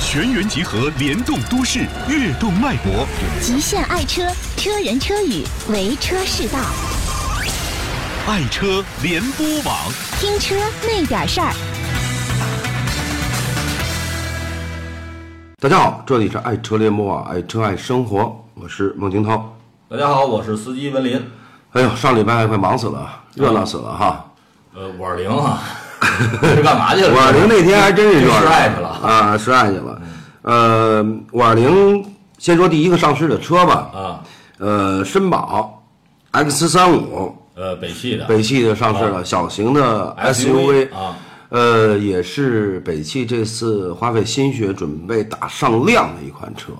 全员集合，联动都市，跃动脉搏。极限爱车，车人车语，为车是道。爱车联播网，听车那点事儿。大家好，这里是爱车联播网，爱车爱生活，我是孟京涛。大家好，我是司机文林，哎呦，上礼拜快忙死了，啊嗯热闹死了哈！呃，五二零啊， 这是干嘛去了？五二零那天还真是热闹去示爱去了嗯啊，示爱去了。呃，五二零先说第一个上市的车吧，啊，呃，绅宝 X 三五呃，北汽的北汽的上市了，小型的 SUV，啊，呃，也是北汽这次花费心血准备打上量的一款车。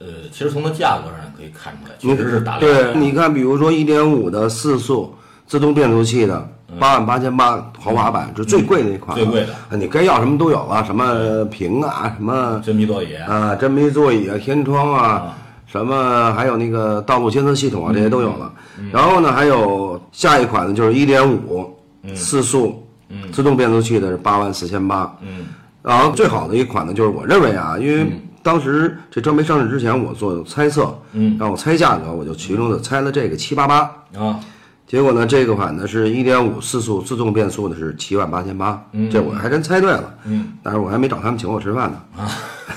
呃，其实从它价格上可以看出来，你确实是打量啊对，你看，比如说一点五的四速自动变速器的，八万八千八豪华版，就最贵的那款，嗯最贵的啊，你该要什么都有了，什么屏啊，什么真皮座椅，啊真皮座椅啊，天窗啊，什么还有那个道路监测系统啊，这些都有了。然后呢，还有下一款呢，就是一点五四速自动变速器的是八万四千八，嗯然后最好的一款呢，就是我认为啊，因为当时这车没上市之前，我做猜测，嗯，让我猜价格，我就其中的猜了这个七八八，啊，结果呢，这个款呢是一点五四速自动变速的是七万八千八，这我还真猜对了，嗯，但是我还没找他们请我吃饭呢，啊，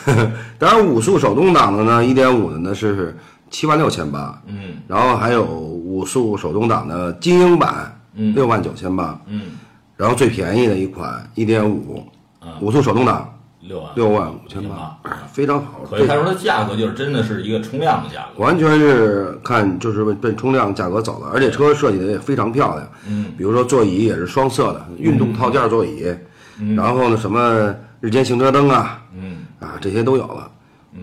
当然五速手动挡的呢，一点五的呢是七万六千八，嗯然后还有五速手动挡的精英版，嗯六万九千八，嗯，然后最便宜的一款一点五啊，五速手动挡。六万六万五千千八八，非常好。可以看出这它价格就是真的是一个冲量的价格，完全是看就是奔冲量价格走了，而且车设计的也非常漂亮。嗯，比如说座椅也是双色的运动套件座椅，然后呢什么日间行车灯啊嗯啊这些都有了。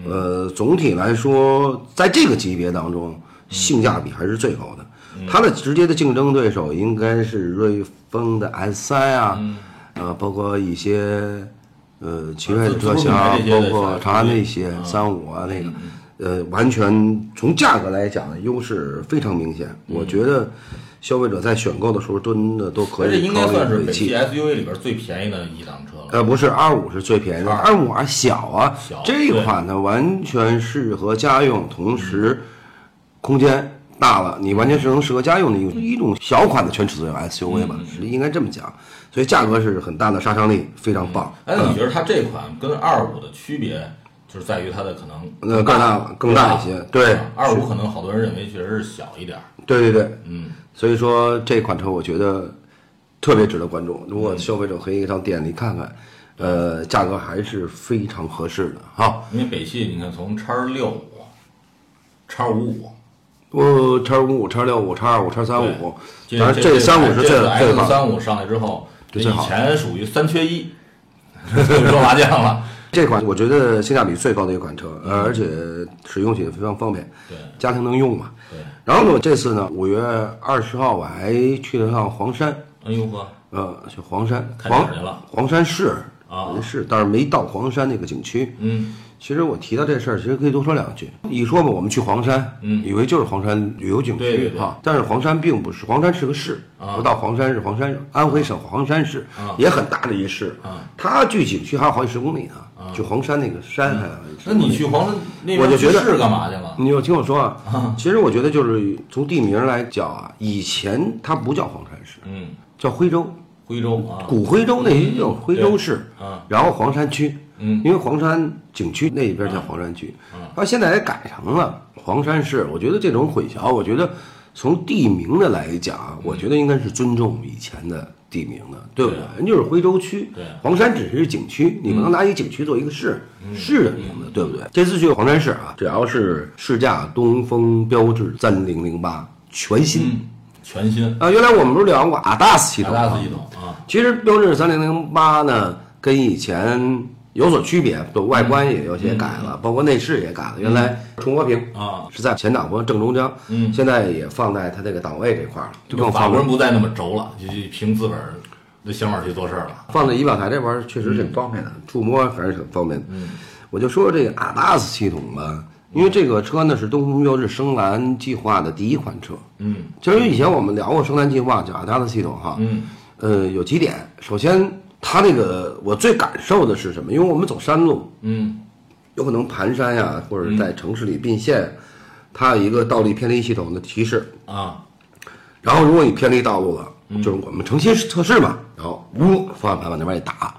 呃，总体来说，在这个级别当中，性价比还是最高的。嗯它的直接的竞争对手应该是瑞风的 S 3啊，啊，包括一些呃旗嗯啊外自车主品型啊牌这，些包的括小长安车那型些啊三五啊那个，嗯呃，完全从价格来讲优势非常明显。我嗯觉得消费者在选购的时候真的都可而且以应该考算是虑北北汽汽。 SUV 里边最便宜的一档车了，呃，不是，二五是最便宜的，二五啊小啊，小这对款呢完全适合家用，同时空间大了，你完全是能适合家用的一种一种小款的全尺寸 SUV 嗯吧，是应该这么讲。所以价格是很大的杀伤力，非常棒。哎，那你觉得它这款跟二五的区别，就是在于它的可能啊呃更大更大一些对嗯二五可能好多人认为确实是小一点儿，对对对，嗯，所以说这款车我觉得特别值得关注。如果嗯消费者可以到店里看看，呃，价格还是非常合适的哈。因为北汽你看从叉六五、叉五五，呃，叉五五、叉六五、叉二五、叉三五，这当然这三五是最最 X 棒。三五上来之后，这这最以好前属于三缺 一，说麻将了，这款我觉得性价比最高的一款车，呃而且使用起来非常方便，对家庭能用嘛。对，然后呢，我这次呢，五月二十号我还去了趟黄山，哎呦呵，呃，去黄山看黄哪儿去了黄山市啊是，但是没到黄山那个景区。嗯其实我提到这事儿，其实可以多说两句。一说吧，我们去黄山，嗯以为就是黄山旅游景区对对对哈，但是黄山并不是，黄山是个市。啊我到黄山是黄山，安徽省黄山市、啊也很大的一市，啊它距景区还有好几十公里呢，就黄山那个山还有好几十嗯那公里。你去黄山那我边就觉得去是干嘛去了？你就听我说啊，其实我觉得就是从地名来讲啊，以前它不叫黄山市，嗯，叫徽州。徽州啊，古徽州那些叫徽州市，对啊然后黄山区，嗯啊因为黄山景区那边叫黄山区，它现在也改成了黄山市。我觉得这种混淆，我觉得从地名的来嗯讲，啊我觉得应该是尊重以前的地名的，对不对？人就是徽州区对，黄山只是景区，你不能拿一景区做一个市嗯市的名字，对不对？这次去黄山市啊，只要是试驾东风标致三零零八全新嗯，全新啊，原来我们不是聊过 ADAS 系阿统达吗斯系统啊，其实标致三零零八呢，跟以前有所区别，就外观也有些改了，包括内饰也改了。原来冲波屏嗯啊是在前挡风正中央，嗯现在也放在它这个档位这块儿了，就更法方国人便。不再那么轴了，就就凭自个儿的想法去做事儿了。放在仪表台这边儿确实挺方便的，触摸还是很方便的。嗯我就说这个 ADAS 系统吧，因为这个车呢是东风标致升蓝计划的第一款车。嗯其实以前我们聊过升蓝计划，叫 ADAS 系统哈，嗯，呃，有几点。首先，它那个我最感受的是什么？因为我们走山路，嗯有可能盘山呀、或者在城市里并线，它有一个倒立偏离系统的提示。啊，然后如果你偏离道路了，就是我们城区测试嘛，然后呜，方向盘往那边一打，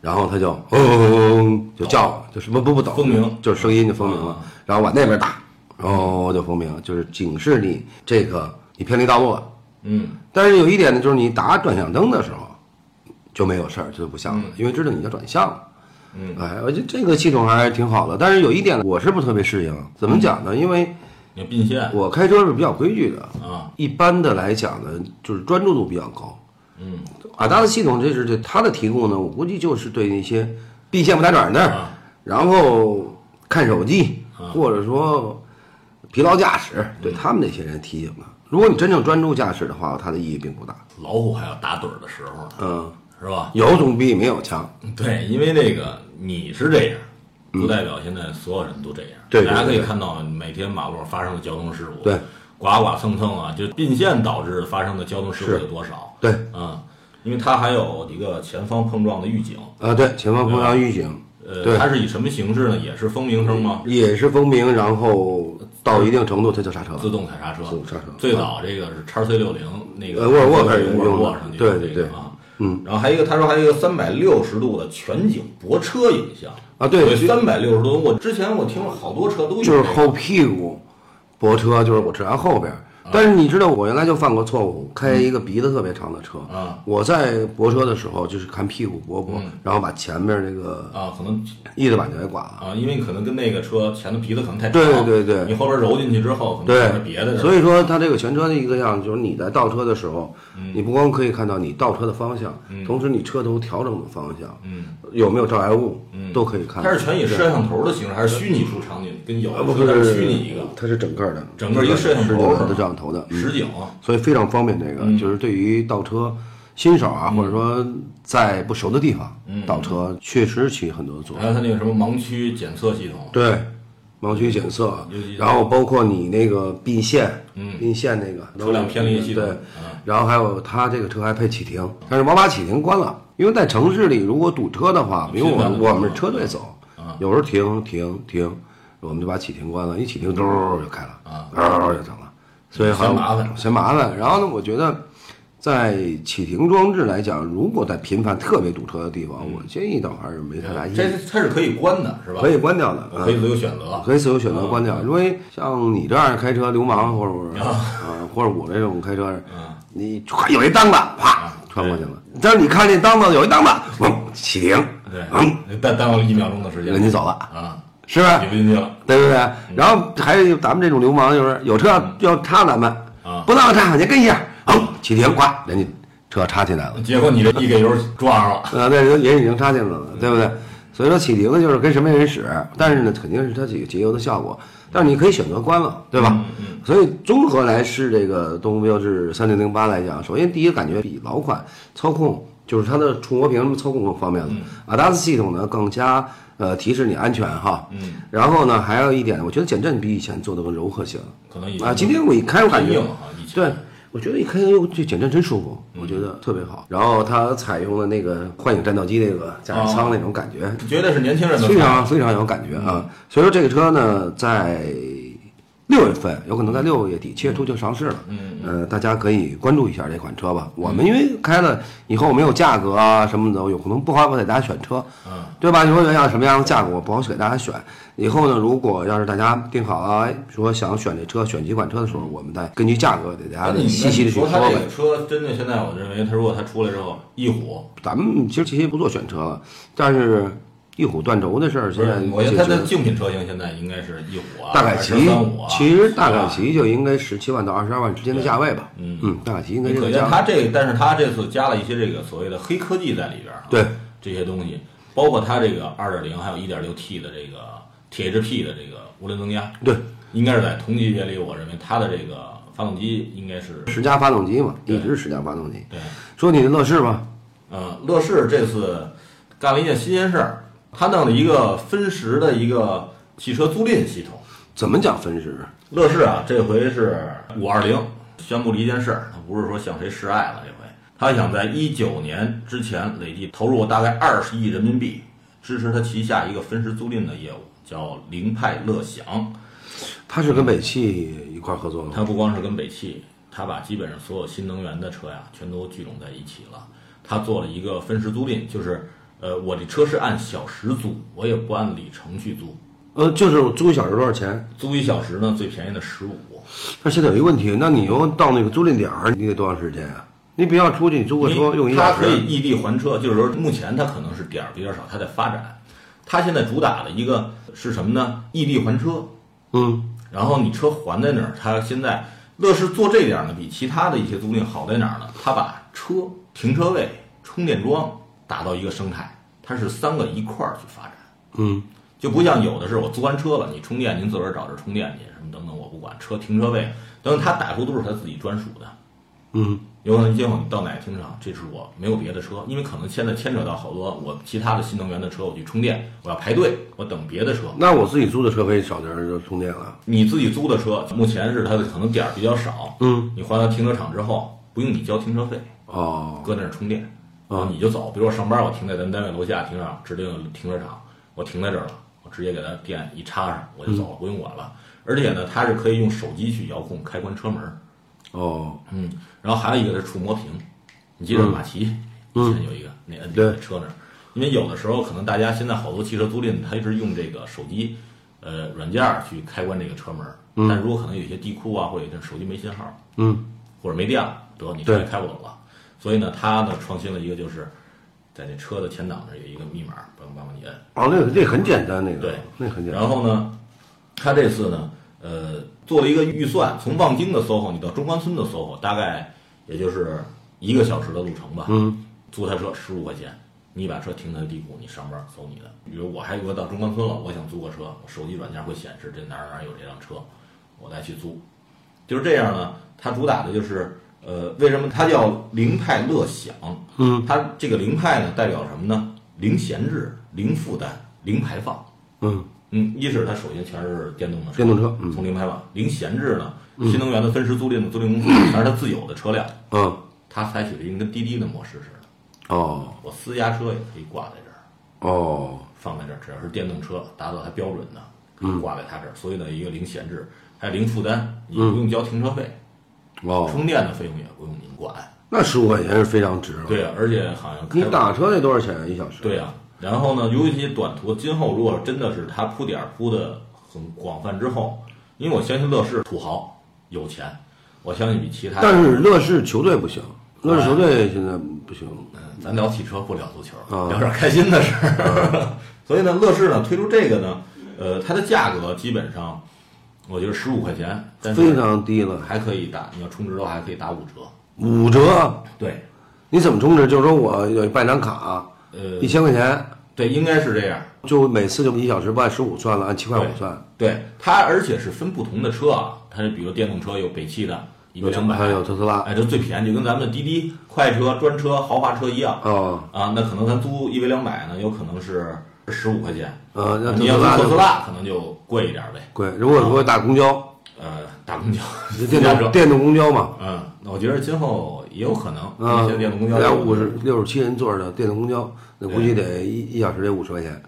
然后它就嗡嗡嗡嗡就叫，就什么不不抖，蜂鸣就是声音就蜂鸣了，然后往那边打，然后就蜂鸣，就是警示你这个你偏离道路了。嗯，但是有一点呢，就是你打转向灯的时候就没有事儿，就不响了，因为知道你要转向了。嗯，哎，我觉得这个系统还是挺好的，但是有一点我是不特别适应。怎么讲呢？因为你并线我开车是比较规矩的，啊，一般的来讲呢，就是专注度比较高。嗯，阿达的系统这是对它的提供呢，我估计就是对那些避线不打转那儿，然后看手机、或者说疲劳驾驶，对他们那些人提醒的。如果你真正专注驾驶的话，它的意义并不大。老虎还有打盹儿的时候呢，嗯，是吧？有总比没有强。 对，因为这个你是这样，不代表现在所有人都这样。嗯对对大家可以对看到每天马路上发生的交通事故，对，刮刮蹭蹭啊，就并线导致发生的交通事故有多少？对，啊，因为它还有一个前方碰撞的预警，啊，对，前方公交预警，呃，对它是以什么形式呢？也是蜂鸣声吗？也是风鸣，然后到一定程度它就刹车了。自动踩刹车，自动刹车最早这个是叉 C 六零那个呃沃尔沃开始沃尔用沃的上就对有对这个对啊，嗯，然后还有一个他说还有一个三百六十度的全景泊车影像啊对就三百六十度，我之前我听了好多车都有就是这个后屁股泊车，就是我车然后边儿。啊但是你知道，我原来就犯过错误，开一个鼻子特别长的车。啊嗯我在泊车的时候，就是看屁股泊泊，然后把前面那个啊，可能翼子板就给刮了。啊，因为可能跟那个车前的皮子可能太对长对对你后边揉进去之后，可能对前面，别的所以以说它这个全车的一个样，就是你在倒车的时候，嗯你不光可以看到你倒车的方向，同时你车头调整的方向，有没有障碍物，都可以看到。嗯它是全以对摄像头的形式，还是虚拟出场景，跟有啊的不车是它是虚拟一个它是整个的，整个一个摄像头啊是是吧的摄像头的，嗯实景，所以非常方便。这个、就是对于倒车新手啊，或者说在不熟的地方、倒车，确实起很多作还用。有它那个什么盲区检测系统，对，盲区检测尤其，是然后包括你那个并线，并线那个嗯车辆偏离系统对嗯，然后还有它这个车还配启停，但是我把启停关了，因为在城市里如果堵车的话，比如我频繁们的嗯堵车我们车队走，有时候停停停，我们就把启停关了，一启停嘟就开了，嗷就整了，所以好像嗯嫌麻烦嫌麻烦。然后呢，我觉得。在启停装置来讲，如果在频繁特别堵车的地方，我建议倒还是没太大意义，嗯这它是可以关的，是吧？可以关掉的。我嗯可以自由选择。可以自由选择关嗯掉，因为像你这样开车流氓，或者我啊，或者我这种开车，嗯你唰有一裆子，啪穿过去了。但是你看这裆子有一裆子，嗡起停，嗯，对，耽耽误了一秒钟的时间，人家走了，啊，是不是你？嗯不进去了，对不对？然后还有咱们这种流氓，就是有车嗯要要插咱们啊，不让插，你跟一下，嗯，起停，咵，人家车插进来了。结果你这一给油撞上了，呃，那人人已经插进来了，对不对？所以说启停就是跟什么人使，但是呢，肯定是它几个节油的效果。但是你可以选择关了，对吧？所以综合来试这个东风标致三零零八来讲，首先第一个感觉比老款操控，就是它的触摸屏什么操控更方便了。阿达斯系统呢更加呃提示你安全哈。嗯。然后呢，还有一点，我觉得减震比以前做的更柔和些了。可能已经啊，今天我一开我感真觉硬啊以前对。我觉得一开又这减震真舒服，我觉得特别好。然后它采用了那个幻影战斗机那个驾哦驶舱那种感觉，绝对是年轻人的非常非常有感觉啊。所以说这个车呢，在六月份，有可能在六月底、七月初就上市了。嗯，呃，大家可以关注一下这款车吧。我们因为开了以后没有价格啊什么的，有可能不好给大家选车，嗯，对吧？你说要什么样的价格，我不好给大家选。以后呢，如果要是大家定好了，哎说想选这车、选几款车的时候，我们再根据价格给大那家你细细的去说说他呗这。个车，真的现在我认为，他如果他出来之后，一虎，咱们其实其实不做选车了，但是一虎断轴的事儿不现是在，我觉解得他决的了竞品车型现在应该是一虎啊，大概还齐是三五啊，，其实大概是吧。齐就应该十七万到二十二万之间的价位吧。嗯大概齐应该这可个见价他位。这，但是他这次加了一些这个所谓的黑科技在里边儿啊，对这些东西，包括它这个二点零还有一点六 T 的这个 THP 的这个涡轮增压，对，应该是在同级别里，我认为它的这个发动机应该是十佳发动机嘛，对一直是十佳发动机。对，说你的乐视吧，呃，乐视这次干了一件新鲜事儿，他弄了一个分时的一个汽车租赁系统。怎么讲分时？乐视啊，这回是五二零宣布了一件事儿，他不是说向谁示爱了，这回他想在一九年之前累计投入大概二十亿人民币，支持它旗下一个分时租赁的业务，叫凌派乐享。它是跟北汽一块儿合作的吗？它不光是跟北汽，它把基本上所有新能源的车呀，全都聚拢在一起了。它做了一个分时租赁，就是呃，我的车是按小时租，我也不按里程去租，呃，就是租一小时多少钱？租一小时呢，最便宜的十五。但现在有一个问题，那你又到那个租赁点儿，你得多长时间啊？你不要出去，你租个车用一它小可以时，异地还车，就是说目前它可能是点儿比较少，它在发展。它现在主打的一个是什么呢？异地还车，嗯，然后你车还在那儿，它现在乐视做这点儿呢，比其他的一些租赁好在哪儿呢？它把车、停车位、充电桩打到一个生态，它是三个一块儿去发展。嗯，就不像有的是我租完车了，你充电您自个儿找地儿充电去，什么等等我不管，车停车位等等，它打出都是它自己专属的。嗯，有可能今后你到哪个停车场，这是我没有别的车，因为可能现在牵扯到好多我其他的新能源的车，我去充电，我要排队，我等别的车。那我自己租的车可以少点儿就充电了。你自己租的车，目前是它的可能点儿比较少，嗯，你还到停车场之后，不用你交停车费，哦，搁那儿充电，然后你就走。比如我上班，我停在咱单位楼下停车场指定的停车场，我停在这儿了，我直接给它电一插上，我就走了，不用管了。而且呢，它是可以用手机去遥控开关车门，哦，嗯，然后还有一个是触摸屏，你记得马奇以前有一个那摁嗯对车那儿，因为有的时候可能大家现在好多汽车租赁，它是用这个手机呃软件儿去开关这个车门儿，但如果可能有一些地库啊，或者有些手机没信号，嗯，或者没电了，得你车也对开不走了，所以呢，它呢创新了一个就是在这车的前挡这儿有一个密码，不用帮忙你摁，哦，那个那很简单，那个对那很简单。然后呢，他这次呢，呃，做了一个预算，从望京的 SOHO 你到中关村的 SOHO，大概也就是一个小时的路程吧。嗯，租台车十五块钱，你把车停在地库，你上班走你的。比如我还有个到中关村了，我想租个车，我手机软件会显示这哪儿哪儿有这辆车，我再去租。就是这样呢，它主打的就是。呃，为什么它叫凌派乐享？嗯，它这个凌派呢，代表什么呢？零闲置、零负担、零排放。嗯，嗯，一是它首先全是电动的车，电动车嗯从零排放，零闲置呢，新能源的分时租赁的租赁公司，但是它自有的车辆，嗯，它采取了一个跟滴滴的模式似的，哦我私家车也可以挂在这儿，哦，放在这儿，只要是电动车达到它标准的，可嗯以挂在它这儿，所以呢，一个零闲置，还有零负担，你嗯不用交停车费，哦，充电的费用也不用您管，那十五块钱是非常值了。，对啊，而且好像开哦你打车得多少钱一小时？对啊呀、然后呢，尤其短途，今后如果真的是它铺点儿铺的很广泛之后，因为我相信乐视土豪有钱，我相信比其他，但是乐视球队不行，乐啊视球队现在不行。呃咱聊汽车不聊足球，啊聊点儿开心的事儿。 所以呢，乐视呢推出这个呢，呃，它的价格基本上我觉得十五块钱，但非是常低了，还可以打，你要充值的话还可以打五折。五折，啊对，你怎么充值？就是说我有一办张卡，呃一，千块钱，对，应该是这样。就每次就一小时不按十五算了，按七块对五算。对它，而且是分不同的车啊，它是比如电动车有北汽的，一个两百，还有特斯拉哎，这最便宜，就跟咱们的滴滴快车、专车、豪华车一样哦，啊。那可能咱租一为两百呢，有可能是十五块钱。呃，那你要租拉特斯就拉，可能就贵一点呗。贵。如果说打公交，呃，打公交， 电私家动车，电动公交嘛，嗯，那我觉得今后也有可能，啊一些，电动公交俩五十六十七人座的电动公交，那估计得一一小时得五十块钱。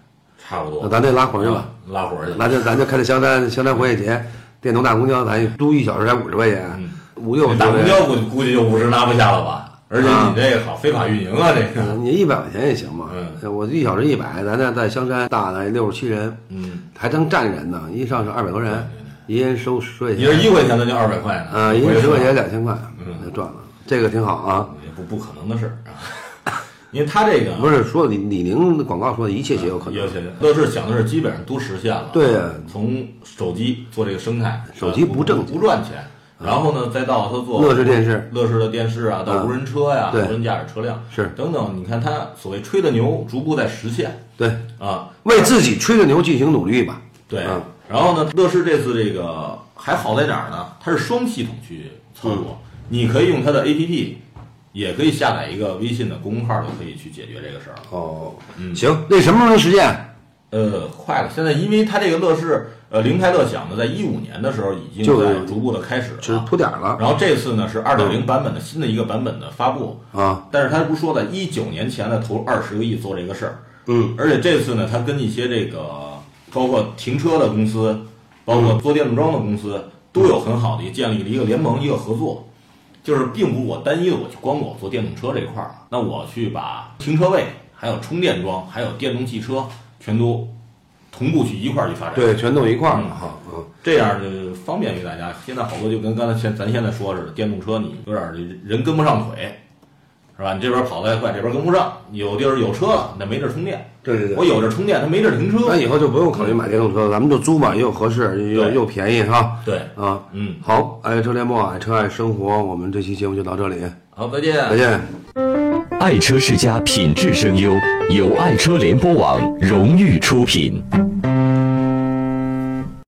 差不多那。咱这拉活儿去吧，嗯拉活儿去咱就咱就开这香山香山活跃节，电动大公交，咱租一小时才五十块钱，五六十嗯打块嗯公钱，交估计估计就五十拿不下了吧？而且你这个好非法运营啊，这个，嗯你一百块钱也行嘛。我一小时一百，咱这在香山大的六十七人，嗯，还能站人呢，一上是二百多人，一人收十块你这钱，一嗯块钱咱就二百块呢，啊，一人十块钱两千块，那赚了，这个挺好啊。也不不可能的事儿啊。因为他这个不是说李李宁的广告说的一嗯切皆有可能，乐视想的是基本上都实现了。对啊从手机做这个生态，手机不挣钱啊不赚钱，然后呢，再到它做乐视电视乐视的电视啊，到嗯无人车呀、无对人驾驶车辆是等等，你看它所谓吹的牛，逐步在实现对，啊。为自己吹的牛进行努力吧。对嗯，然后呢，乐视这次这个还好在哪儿呢？它是双系统去操作，嗯你可以用它的 APP，也可以下载一个微信的公众号，就可以去解决这个事儿了。哦，嗯行，那什么时候能实践？呃，快了。现在因为它这个乐视，呃，零开乐享呢，在一五年的时候已经就在逐步的开始只是了。铺点儿了然后这次呢是二点零版本的新的一个版本的发布，啊。但是他不是说了，一九年前呢投二十个亿做这个事儿，嗯，而且这次呢，它跟一些这个包括停车的公司，包括做电动装的公司，都有很好的建立了一个联盟，一个合作。就是并不我单一的我去光我做电动车这块儿，那我去把停车位、还有充电桩、还有电动汽车全都同步去一块儿去发展。对，全弄一块儿嗯了哈，嗯，这样就方便于大家。现在好多就跟刚才现咱现在说似的，电动车你有点儿人跟不上腿，是吧？你这边跑得太快，这边跟不上，有地儿有车了，那没地儿充电。对对我对。有地儿充电，他没地儿停那车。以后就不用考虑买电动车了，咱们就租吧，又合适又对又便宜哈。对，啊，嗯，好，爱车联播，爱车爱生活，我们这期节目就到这里，好，再见再见。爱车世家品质声优，由爱车联播网荣誉出品。